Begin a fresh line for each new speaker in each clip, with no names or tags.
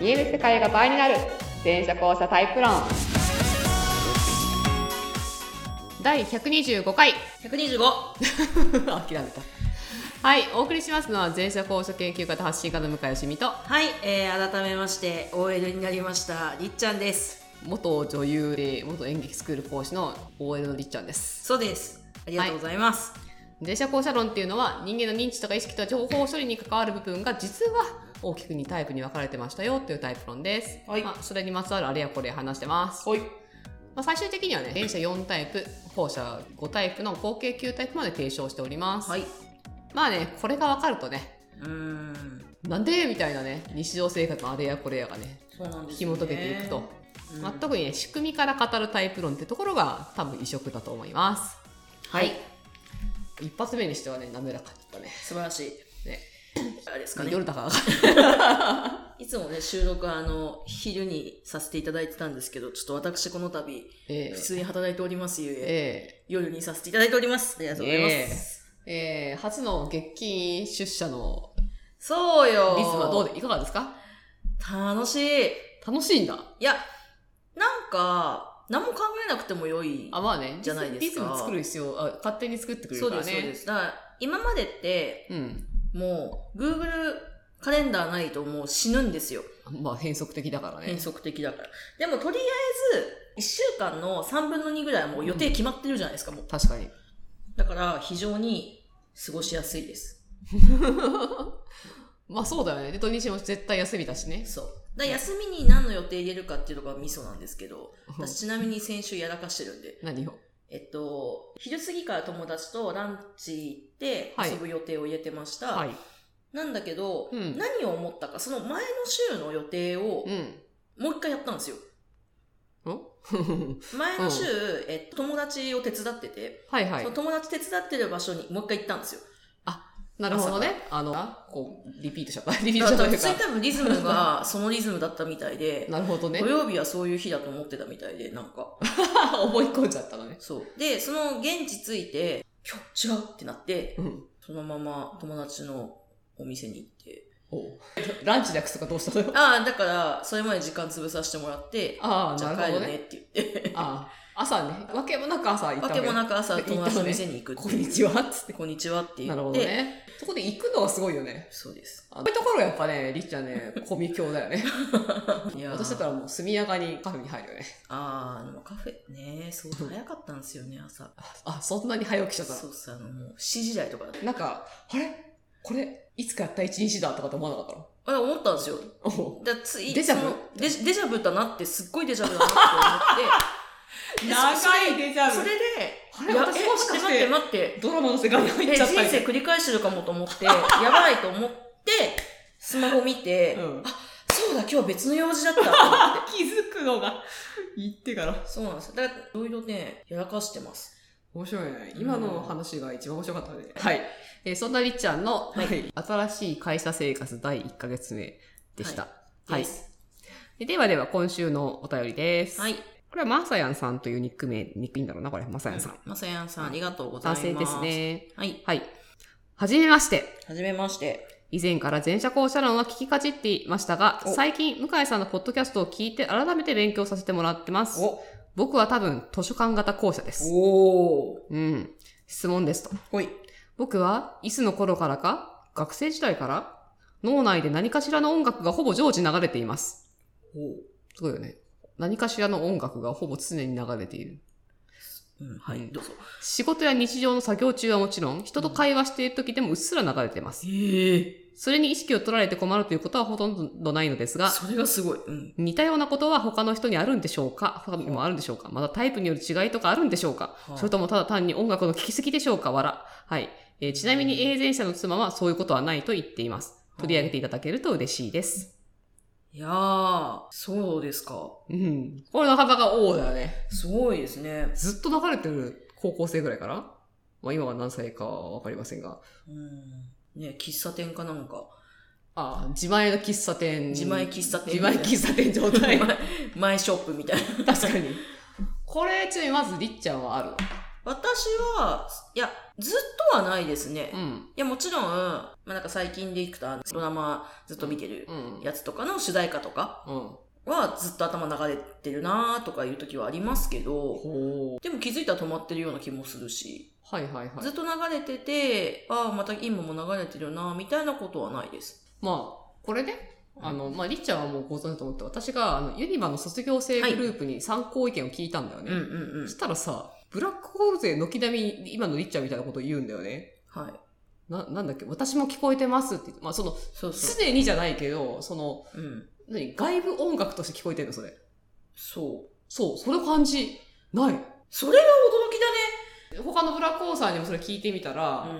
見える世界が倍になる全社交差タイプ論第125回
125! 諦めた。
はいお送りしますのは全社交差研究家と発信家の向井よしみと
はい、えー、改めまして OL になりましたりっちゃんです。
元女優で元演劇スクール講師の大江戸のりっちゃんです
そうです。ありがとうございます。
前者後者論っていうのは人間の認知とか意識とか情報処理に関わる部分が実は大きく2タイプに分かれてましたよというタイプ論です、
はい
まあ、それにまつわるあれやこれや話してます、
はい。
まあ、最終的にはね前者4タイプ後者5タイプの合計9タイプまで提唱しております、
はい。
まあねこれが分かるとね
うーん。
なんでみたいなね日常生活のあれやこれやがね
そうなんです、ね。
紐解けていくと、
うん
まあ、特にね仕組みから語るタイプ論ってところが多分異色だと思います
はい。
一発目にしてはね滑らかだったね
素晴らしい。
ね
あれですかね。
夜だから
いつもね、収録はあの、昼にさせていただいてたんですけど、ちょっと私この度、
ええ
普通に働いておりますゆえ、
え
夜にさせていただいております。ありがとうございます。
えええ初の月金出社の
そうよ。
リズムはどうでいかがですか
楽しい。
楽しいんだ。
いや、なんか、何も考えなくても良い。
あ、まあね。
じゃないですか
リズム作る必要、あ、勝手に作ってくれ
そ
る
う
から
で
ね。
す、そうです。だから、今までって、
うん。
もう、Google カレンダーないともう死ぬんですよ。
まあ変則的だからね
変。則的だから。でも、とりあえず、1週間の3分の2ぐらいはもう予定決まってるじゃないですか、もう。
確かに。
だから、非常に過ごしやすいです。
まあそうだよね。で、土日も絶対休みだしね。
そう。だから休みに何の予定入れるかっていうのがミソなんですけど、私ちなみに先週やらかしてるんで、
何を
えっと、昼過ぎから友達とランチ行っ
はい
て遊ぶ予定を入れてました。
はい。
なんだけど、
うん
何を思ったか、その前の週の予定を
うん。
もう一回やったんですよ。
ん
前の週、えっと、友達を手伝ってて、
はいはい
その。友達手伝ってる場所にもう一回行ったんですよ。
なるほどね。あの、あこう、リピートしちゃった。 リピー
だ
トし
か
ちゃ
ら
ったという
普通に
か。
多分リズムがそのリズムだったみたいで、
なるほどね
土。曜日はそういう日だと思ってたみたいで、なんか。
思い込んじゃったのね。
そう。で、その現地着いて、今日違うってなって
う、ん。
そのまま友達のお店に行って、
おうランチで約束どうしたのよ。
ああ、だから、それまで時間潰させてもらって、
ああ、
じ
な
ゃ
る
あ
ほど
帰る
ね
ね。って言って、
ああ、朝ね、わけもなく朝行った
わけも
く、
なく朝友達の店に行くって
こ
いうん
にちはっつって。
こんにちはって言
なるほ
っ
ど
て、
ね。そこで行くのはすごいよね。
そうです。
あこういうところやっぱね、りっちゃんね、 コミ教だよね。
いやー
私だったらもう速やかにカフェに入るよね。
あーでもカフェね、そう早かったんですよね、朝。
あ、そんなに早起きしちゃった
そうっす、あの、もう7時台とかだった
のなんか、あれこれ、いつかやった一日だとかって思わなかったの
あ思ったんですよ。
おう
だつい
デジャブ
そのデジデジャブだなって、すっごいデジャブだな って思ってで。
デジャ
それそ
あ
れで、
れ
いや
私
え
もしかして
待って待って待って。
ドラマの世界に入っ
え
ちゃ
人
ったり
生繰り返してるかもと 思って、やばいと思って、スマホ見て、
うん
あ、そうだ、今日別の用事だった と思って。
気づくのが、言ってから。
そうなんですよ。だから、いろいろね、やらかしてます。
面白いね。今の話が一番面白かったね。はい。えーそんなりっちゃんの、はい新しい会社生活第1ヶ月目でした。はい。
はい
でではでは今週のお便りです。
はい。
これはマサヤンさんというニック名、ニックいいんだろうな、これ。マサヤンさん。
まさやんさん、ありがとうござい
男
ます。
性です。ね。
はい。
はい。はじめまして。
はじめまして。
以前から前者後者論は聞きかじっていましたが、
お
最近、向井さんのポッドキャストを聞いて改めて勉強させてもらってます。僕は多分図書館型後者です。
おー。
うん。質問ですと。
ほい。
僕はいつの頃からか、学生時代から、脳内で何かしらの音楽がほぼ常時流れています。
お
すごいよね。何かしらの音楽がほぼ常に流れている。
うん、は
うん
い、どうぞ。
仕事や日常の作業中はもちろん、人と会話している時でもうっすら流れています。
ええ
それに意識を取られて困るということはほとんどないのですが、
それがすごい。うん。
似たようなことは他の人にあるんでしょうか他にもあるんでしょうかまたタイプによる違いとかあるんでしょうか
はあ
それともただ単に音楽の聴きすぎでしょうかわら。はい。えーちなみに永前者の妻はそういうことはないと言っています。取り上げていただけると嬉しいです。
いやー、そうですか。
うん。これなかなか王だよね。
すごいですね。
ずっと流れてる高校生ぐらいからまあ今は何歳かわかりませんが。
うん。ね、喫茶店かなんか。
ああ、自前の喫茶店。
自前喫茶店
自前喫茶店状 態。 確
マイショップみたいな。
かに。これ、ちなみにまずりっちゃんはあるの
私は、いや、ずっとはないですね。
う
い
ん。
や、もちろん、まあ、なんか最近でいくと、あの、ドラマずっと見てる
うん。
やつとかの主題歌とか
うん。
はずっと頭流れてるなーとかいう時はありますけど、
ほ
でも気づいたら止まってるような気もするし、
う。はいはいは
ずっ
い。
と流れてて、ああ、また今も流れてるよなーみたいなことはないです。
まあ、これね、あの、まあ、りっちゃんはもうご存知だと思って、私が、あの、ユニバの卒業生グループに参考意見を聞いたんだよ
う
ね。
んうんうん
そし。たらさ、ブラックホール勢軒並み今のりっちゃんみたいなことを言うんだよね。
はい。
な、なんだっけ、私も聞こえてますって言って、まあ、その、
そうそ
すでにじゃないけど、その、
う。うん。
何、外部音楽として聞こえてるの、それ。
そう。
そう、それ感じ、ない。
それが驚き
他のブラックホールさんにもそれ聞いてみたら
だ、ね。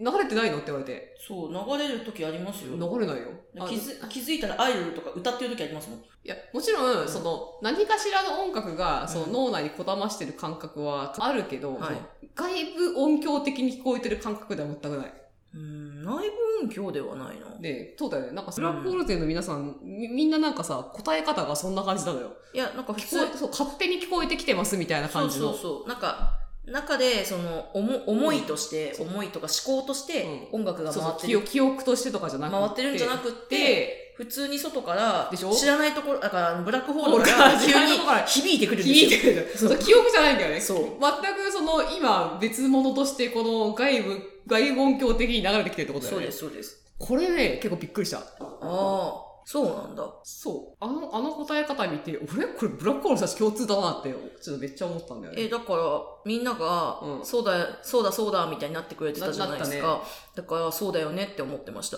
うん。
え、流れてないのって言われて。
そう、流れる時ありますよ。
流れないよ。あ
気づ気づいたらアイドルとか歌ってる時ありますもん。
いや、もちろ
うん
ん、その、何かしらの音楽が、そ
うん
の脳内にこだましてる感覚はあるけど、
はい
その外部音響的に聞こえてる感覚では全くない。
うん、内部音響ではないな。
で、そうだよね。なんか、スラックホールデーの皆さん、みみんななんかさ、答え方がそんな感じなのよ。
いや、なんか普
聞
通、
こえ、そう、勝手に聞こえてきてますみたいな
そ
感
う
じ
そ
の。
うそう。なんか、中で、その、思思いとして、
そう
思いとか思考として、
う
音楽が
そう
回
そう
って
記
る。
憶記憶としてとかじゃなくて。
回ってるんじゃな
く
くって、、普通に普通に外から
でし、ょ
知らないところ、だから、ブラックホールか
ホー
ら
ルから
急
知らない
に
とこから
響いてくるん
聞
で
い
すよ。
てくる。
そう
そう、記憶じゃないんだよね。
そう
全くその、今、別物として、この外部、外部音響的に流れてきてるってことだ
そ
よ
う
ね
で。す、そうです。
これね、結構びっくりした。
ああ、そうなんだ。
そう。あの、あの答え方見て、俺これブラックホールさし共通だなって、ちょっとめっちゃ思ったんだよ
え、
ね。
だから、みんなが、
うん
そうだよ、そうだ、そうだ、みたいになってくれてたじゃないです
な
か。だから、そうだよねって思って ました。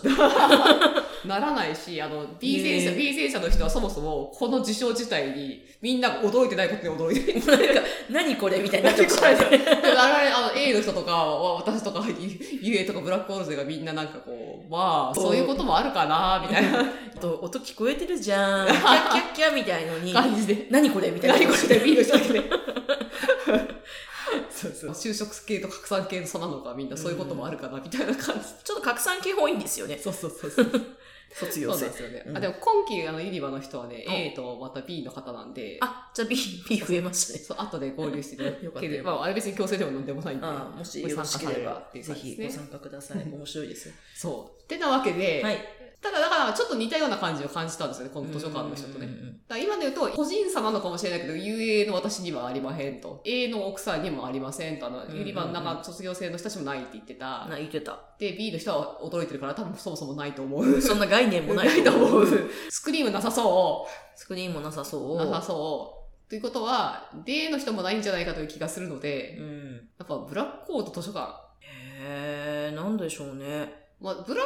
ならないし、あの、B
ねえ
戦者、B 戦者の人はそもそも、この事象自体に、みんなが驚いてないことに驚いてる。
なんか、何これみたいになってました
何こだから我々、あの、A の人とかは、私とか、ゆえとかブラックホールズがみんななんかこう、まあ、そういうこともあるかな、みたいな
あと音聞こえてるじ ゃん。キャッキャッキャみたいのに、
感じで。
何これみたいな。
何こ れ ?B の人だけで。そう そう。就職系と拡散系の差なのか、みんなそういうこともあるかな、みたいな感じ。
ちょっと拡散系多いんですよね。
そうそうそうそう。
卒
そ
業
うなん
生
で。すよね。
うん
あでも今期、あの、ユニバの人はね、
うん
A とまた B の方なんで、
あ、じゃあ B、B 増えましたね。
そう、後で合流していただ
よかっ
け
た
れ
よ
ば、まあ、あれ別に強制でも飲んでもないんで、
あもしよろしければ、ぜひご参加ください。面白いですよ。
そう。ってなわけで、
はい。
ただだからちょっと似たような感じを感じたんですよね、この図書館の人とね。
うん
だから今で言うと、個人差なのかもしれないけど、UA の私にはありまへんと、A の奥さんにもありませんと、あの
う、ん
ユニバの中卒業生の人たちもないって言ってた。
な、言ってた。
で、B の人は驚いてるから、多分そもそもないと思う。
そんな概念もな
ないい
と
と
思
思
う
う。。スクリームなさそ。
スクリーンもなさそうう。
なさそう。ということは、D の人もないんじゃないかという気がするので、
うん。
やっぱブラックホールと図書館。
へえ、なんでしょうね。
まあ、ブラック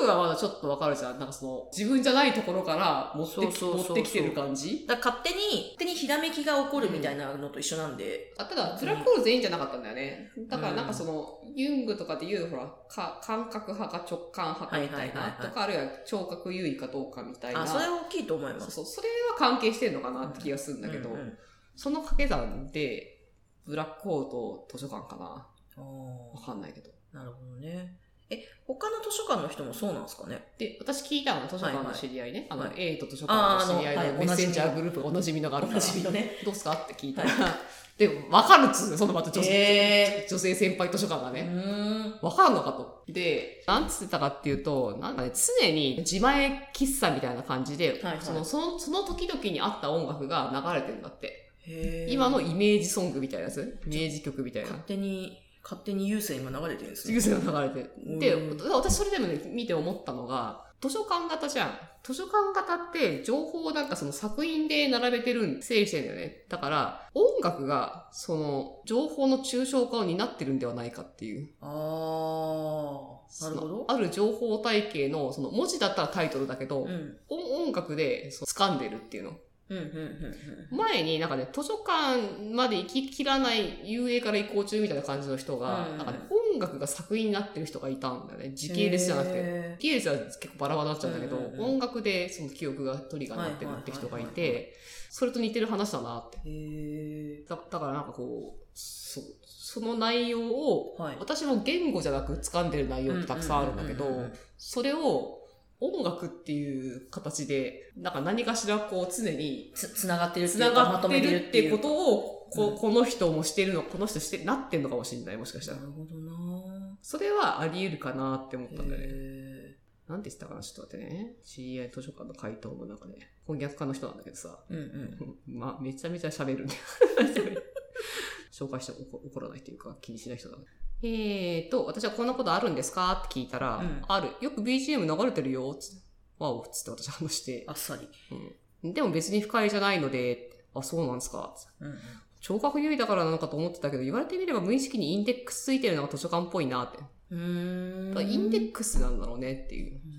ホールはまだちょっとわかるじゃん。なんかその、自分じゃないところから持ってき
そうそうそうそう
持ってきてる感じ
だから勝手に、勝手にひらめきが起こるみたいなのと一緒なんで。
あただ、ブラックホール全員じゃなかったんだよね。だからなんかその、ユングとかっていうほら、か感覚派か直感派かみたい
はいはい
な
はい、はい
とかあるいは聴覚優位かどうかみたいな。
あ、それ大きいと思いま
そう
す。
そう、それは関係してんのかなって気がするんだけど、
うんうん
その掛け算で、ブラックホールと図書館かな
あ
わかんないけど。
ーなるほどね。え、他の図書館の人もそうなんですかね
で、私聞いたの、図書館の知り合いね。
はい
あの、A と図書館の知り合い
あーあの
の
はい
メッセンジャーグループおなじみのがあるから。
のね。
どうすかって聞いたら、 でも、わかるっつうのそのまた女性、
え
女性先輩図書館が
ー。う
ね。
ーん。
わかんのかと。で、なんつってたかっていうと、なんかね、常に自前喫茶みたいな感じで、
はいはい
その、その、その時々に合った音楽が流れてるんだって。
へー
今のイメージソングみたいなやつイメージ曲みたいな
勝。手に、勝手に優先が流れてるんです
ジ
ね。
グソーが流れて
うん
る。で、私それでもね、見て思ったのが、図書館型じゃん。図書館型って情報をなんかその作品で並べてるん、整理してるんだよね。だから、音楽がその情報の抽象化を担ってるんではないかっていう。
あー。なるほど
そ。のある情報体系の、その文字だったらタイトルだけど、
うん。うん、
音音楽でそう掴んでるっていうの。
うん、うんうん。
前になんかね、図書館まで行ききらない、遊泳から移行中みたいな感じの人が、
うん
なんかね、音楽が作品になってる人がいたんだよね。時系列じゃなくて。
て。
ピエージは結構バラバラになっちゃうんだけど、
うんうんうん
音楽でその記憶がトリガーになってるって人がい
はいはいはい
て、それと似てる話だなって。
へー。
だだからなんかこう、そう、その内容を、
はい。
私も言語じゃなく掴んでる内容ってたくさんあるんだけ
ううう
ど
う、
それを音楽っていう形で、なんか何かしらこう常に
つ、つながってるってい
繋
うか、ま
が
と
って
めて
る
る
っ
ってて
こ
こと
とを、
うん
ここの人もしてるの、この人して、なってんのかもしれない、もしかした
な
ら
る。ほどな
それはあり得るかなって思っ
へ
たんだよね。
ー
なんて言ってたかなちょっと待ってね。CI 図書館の回答の中で、こんにゃく科の人なんだけどさ、
うんうん。
まあ、めちゃめちゃ喋るんで。 紹介しても怒怒らないというか、気にしない人だ。えーと、私はこんなことあるんですかって聞いたら、
うん
ある。よく BGM 流れてるよ。つってわお。つって私話して
あ、っさり。
うん。でも別に不快じゃないので、あ、そうなんですか。つって
うんうん。
聴覚優位だからなのかと思ってたけど、言われてみれば無意識にインデックスついてるのが図書館っぽいなって。
うーん。
インデックスなんだろうねっていう。
うん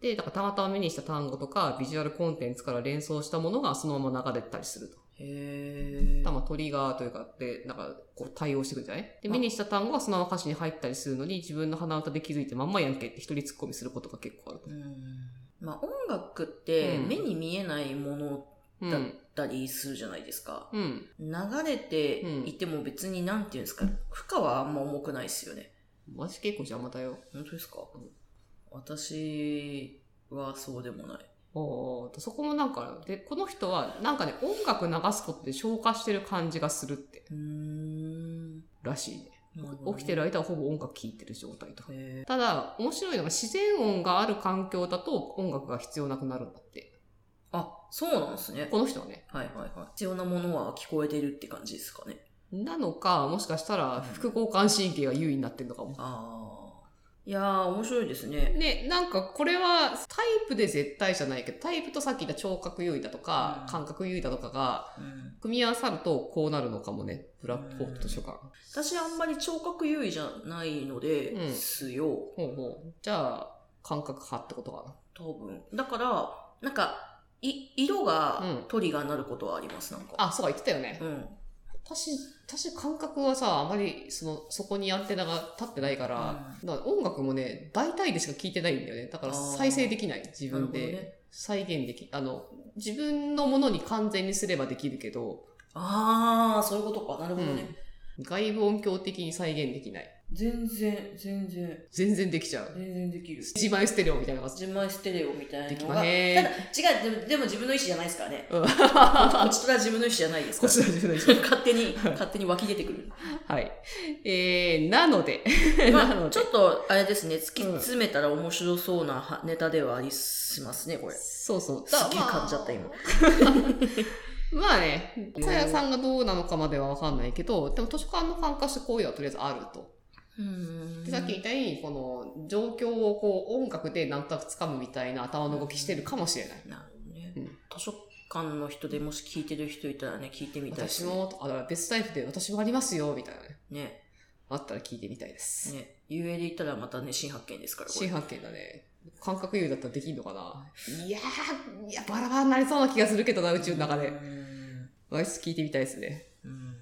で、だからたまたま目にした単語とか、ビジュアルコンテンツから連想したものがそのまま流れてたりすると。
へ
た
ー
まトリガーというか、で、なんか、こう対応していくんじゃないで、
あ
目にした単語がそのまま歌詞に入ったりするのに、自分の鼻歌で気づいてまんまやんけって一人突っ込みすることが結構あると。
うんまあ音楽って
うん
目に見えないもの
う
だっ
ん。
たりするじゃないですか。
うん。
流れていても別になんていうんですか、負荷はあんま重くないですよね。
私結構邪魔だよ。
本当ですか、
うん
私はそうでもない。
おーそこもなんか、で、この人は、なんかね、音楽流すことで消化してる感じがするって、
うーん。
らしいね。
まあ
起きてる。間はほぼ音楽聴いてる状態と。
へ
ただ、面白いのが自然音がある環境だと音楽が必要なくなるんだって。
ーあ、そうなんですね。
この人はね。
はいはいはい。必要なものは聞こえてるって感じですかね。
なのか、もしかしたら副交感神経が優位になってんのかも。
ああ。いやー、面白いですね。
ね、なんかこれはタイプで絶対じゃないけど、タイプとさっき言った聴覚優位だとか、
うん
感覚優位だとかが
うん、
組み合わさるとこうなるのかもね。ブラックホート図書館。
私あんまり聴覚優位じゃないの
うん
ですよ。
ほうほう。じゃあ、感覚派ってことかな。
多分。だから、なんか、い、色が
うん
トリガーになることはあります、なんか。
あ、そうか言ってたよね
う。ん。
私、私感覚はさ、あまり、その、そこにアンテナが立ってないから、だから音楽もね、大体でしか聴いてないんだよね。だから
あー
再生できない、自分
なるほ
で
ど。ね
再現でき、あの、自分のものに完全にすればできるけど、
ああ、そういうことか。なるほどね。
外部音響的に再現できない。
全然、全然、
全然できちゃう。
全然できる。
自前ステレオみたいな感じ。
自前ステレオみたいなのが。
できまへん
ただ、違う、でも、でも自分の意思じゃないですからね。
うん
こちとら自分の意思じゃないです
こ
か
ちら
ら。
自分の意 思
勝手に、勝手に湧き出てくる。
はい。えー、なので、 な
ま
の
あ、
で
ちょっと、あれですね、突き詰めたら面白そうなはネタではありしますね、これ。
そうそう。
すっげえ噛んじゃった今。
まあね、さやさんがどうなのかまではわかんないけど、でも図書館の感化してこういうのはとりあえずあると。
うん
でさっき言ったように、この状況をこう音楽でなんとなく掴むみたいな頭の動きしてるかもしれない。
なるほどね、
うん
図書館の人でもし聞いてる人いたらね、聞いてみたいです
私
ね。
も、あだから別タイプで私もありますよ、みたいなね。
ね、
あったら聞いてみたいです。
ね、遊泳で行ったらまたね、新発見ですから、こ
新
れ。
発見だね。感覚優位だったらできんのかないやー、いや、バラバラになりそうな気がするけどな、宇宙の中で。
うん
ワイス聞いてみたいですね。
うん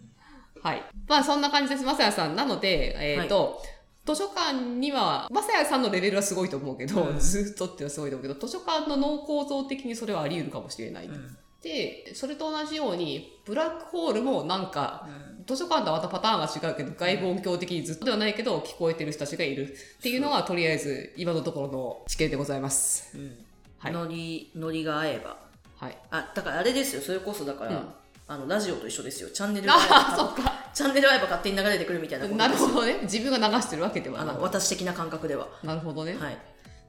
はい。まあ、そんな感じです、まさやさん。なので、えっ、と、図書館には、まさやさんのレベルはすごいと思うけど、
うん
ずーっとっていうのはすごいと思うけど、図書館の脳構造的にそれはあり得るかもしれない。
うん
で、それと同じように、ブラックホールもなんか、
うん
図書館とはまたパターンが違うけど、外部音響的にずっとではないけど、聞こえてる人たちがいるっていうのが、とりあえず、今のところの知見でございます。
うん
はい
ノリ、ノリが合えば。
はい。
あ、だからあれですよ、それこそだから、
うん
あの、ラジオと一緒ですよ。チャン ネルが合えば
ああ、そっか。
チャンネル合えば勝手に流れてくるみたいなこと
なる
ですよ
ほどね。自分が流してるわけでは
あ
ない
の、。私的な感覚では。
なるほどね。
はい。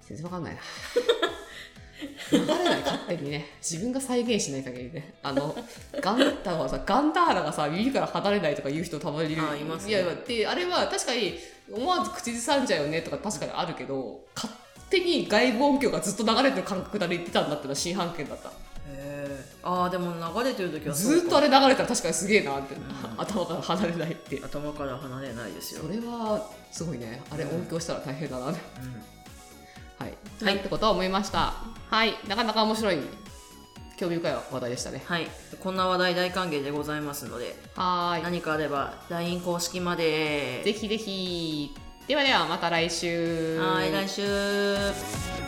全然わかんないな。流れない、勝手にね。自分が再現しない限りね。あの、ガンダーはさ、ガンダーラがさ、耳から離れないとか言う人たまにいる。
あいますね
いやいや、で、あれは確かに、思わず口ずさんじゃうよねとか確かにあるけど、勝手に外部音響がずっと流れてる感覚で言ってたんだってのは新発見だった。
へーああ、でも流れてる時はそうか
ずっとあれ流れたら確かにすげえなって、
ん
頭から離れないって。
頭から離れないですよ
そ。れはすごいねあれ音響したら大変だな、はい、
うん
はい、ってことは思いましたはいなかなか面白い興味深い話題でしたね
はい。こんな話題大歓迎でございますので。
はー
何かあれば LINE 公式まで
いぜひぜひではではまた来週
はい来週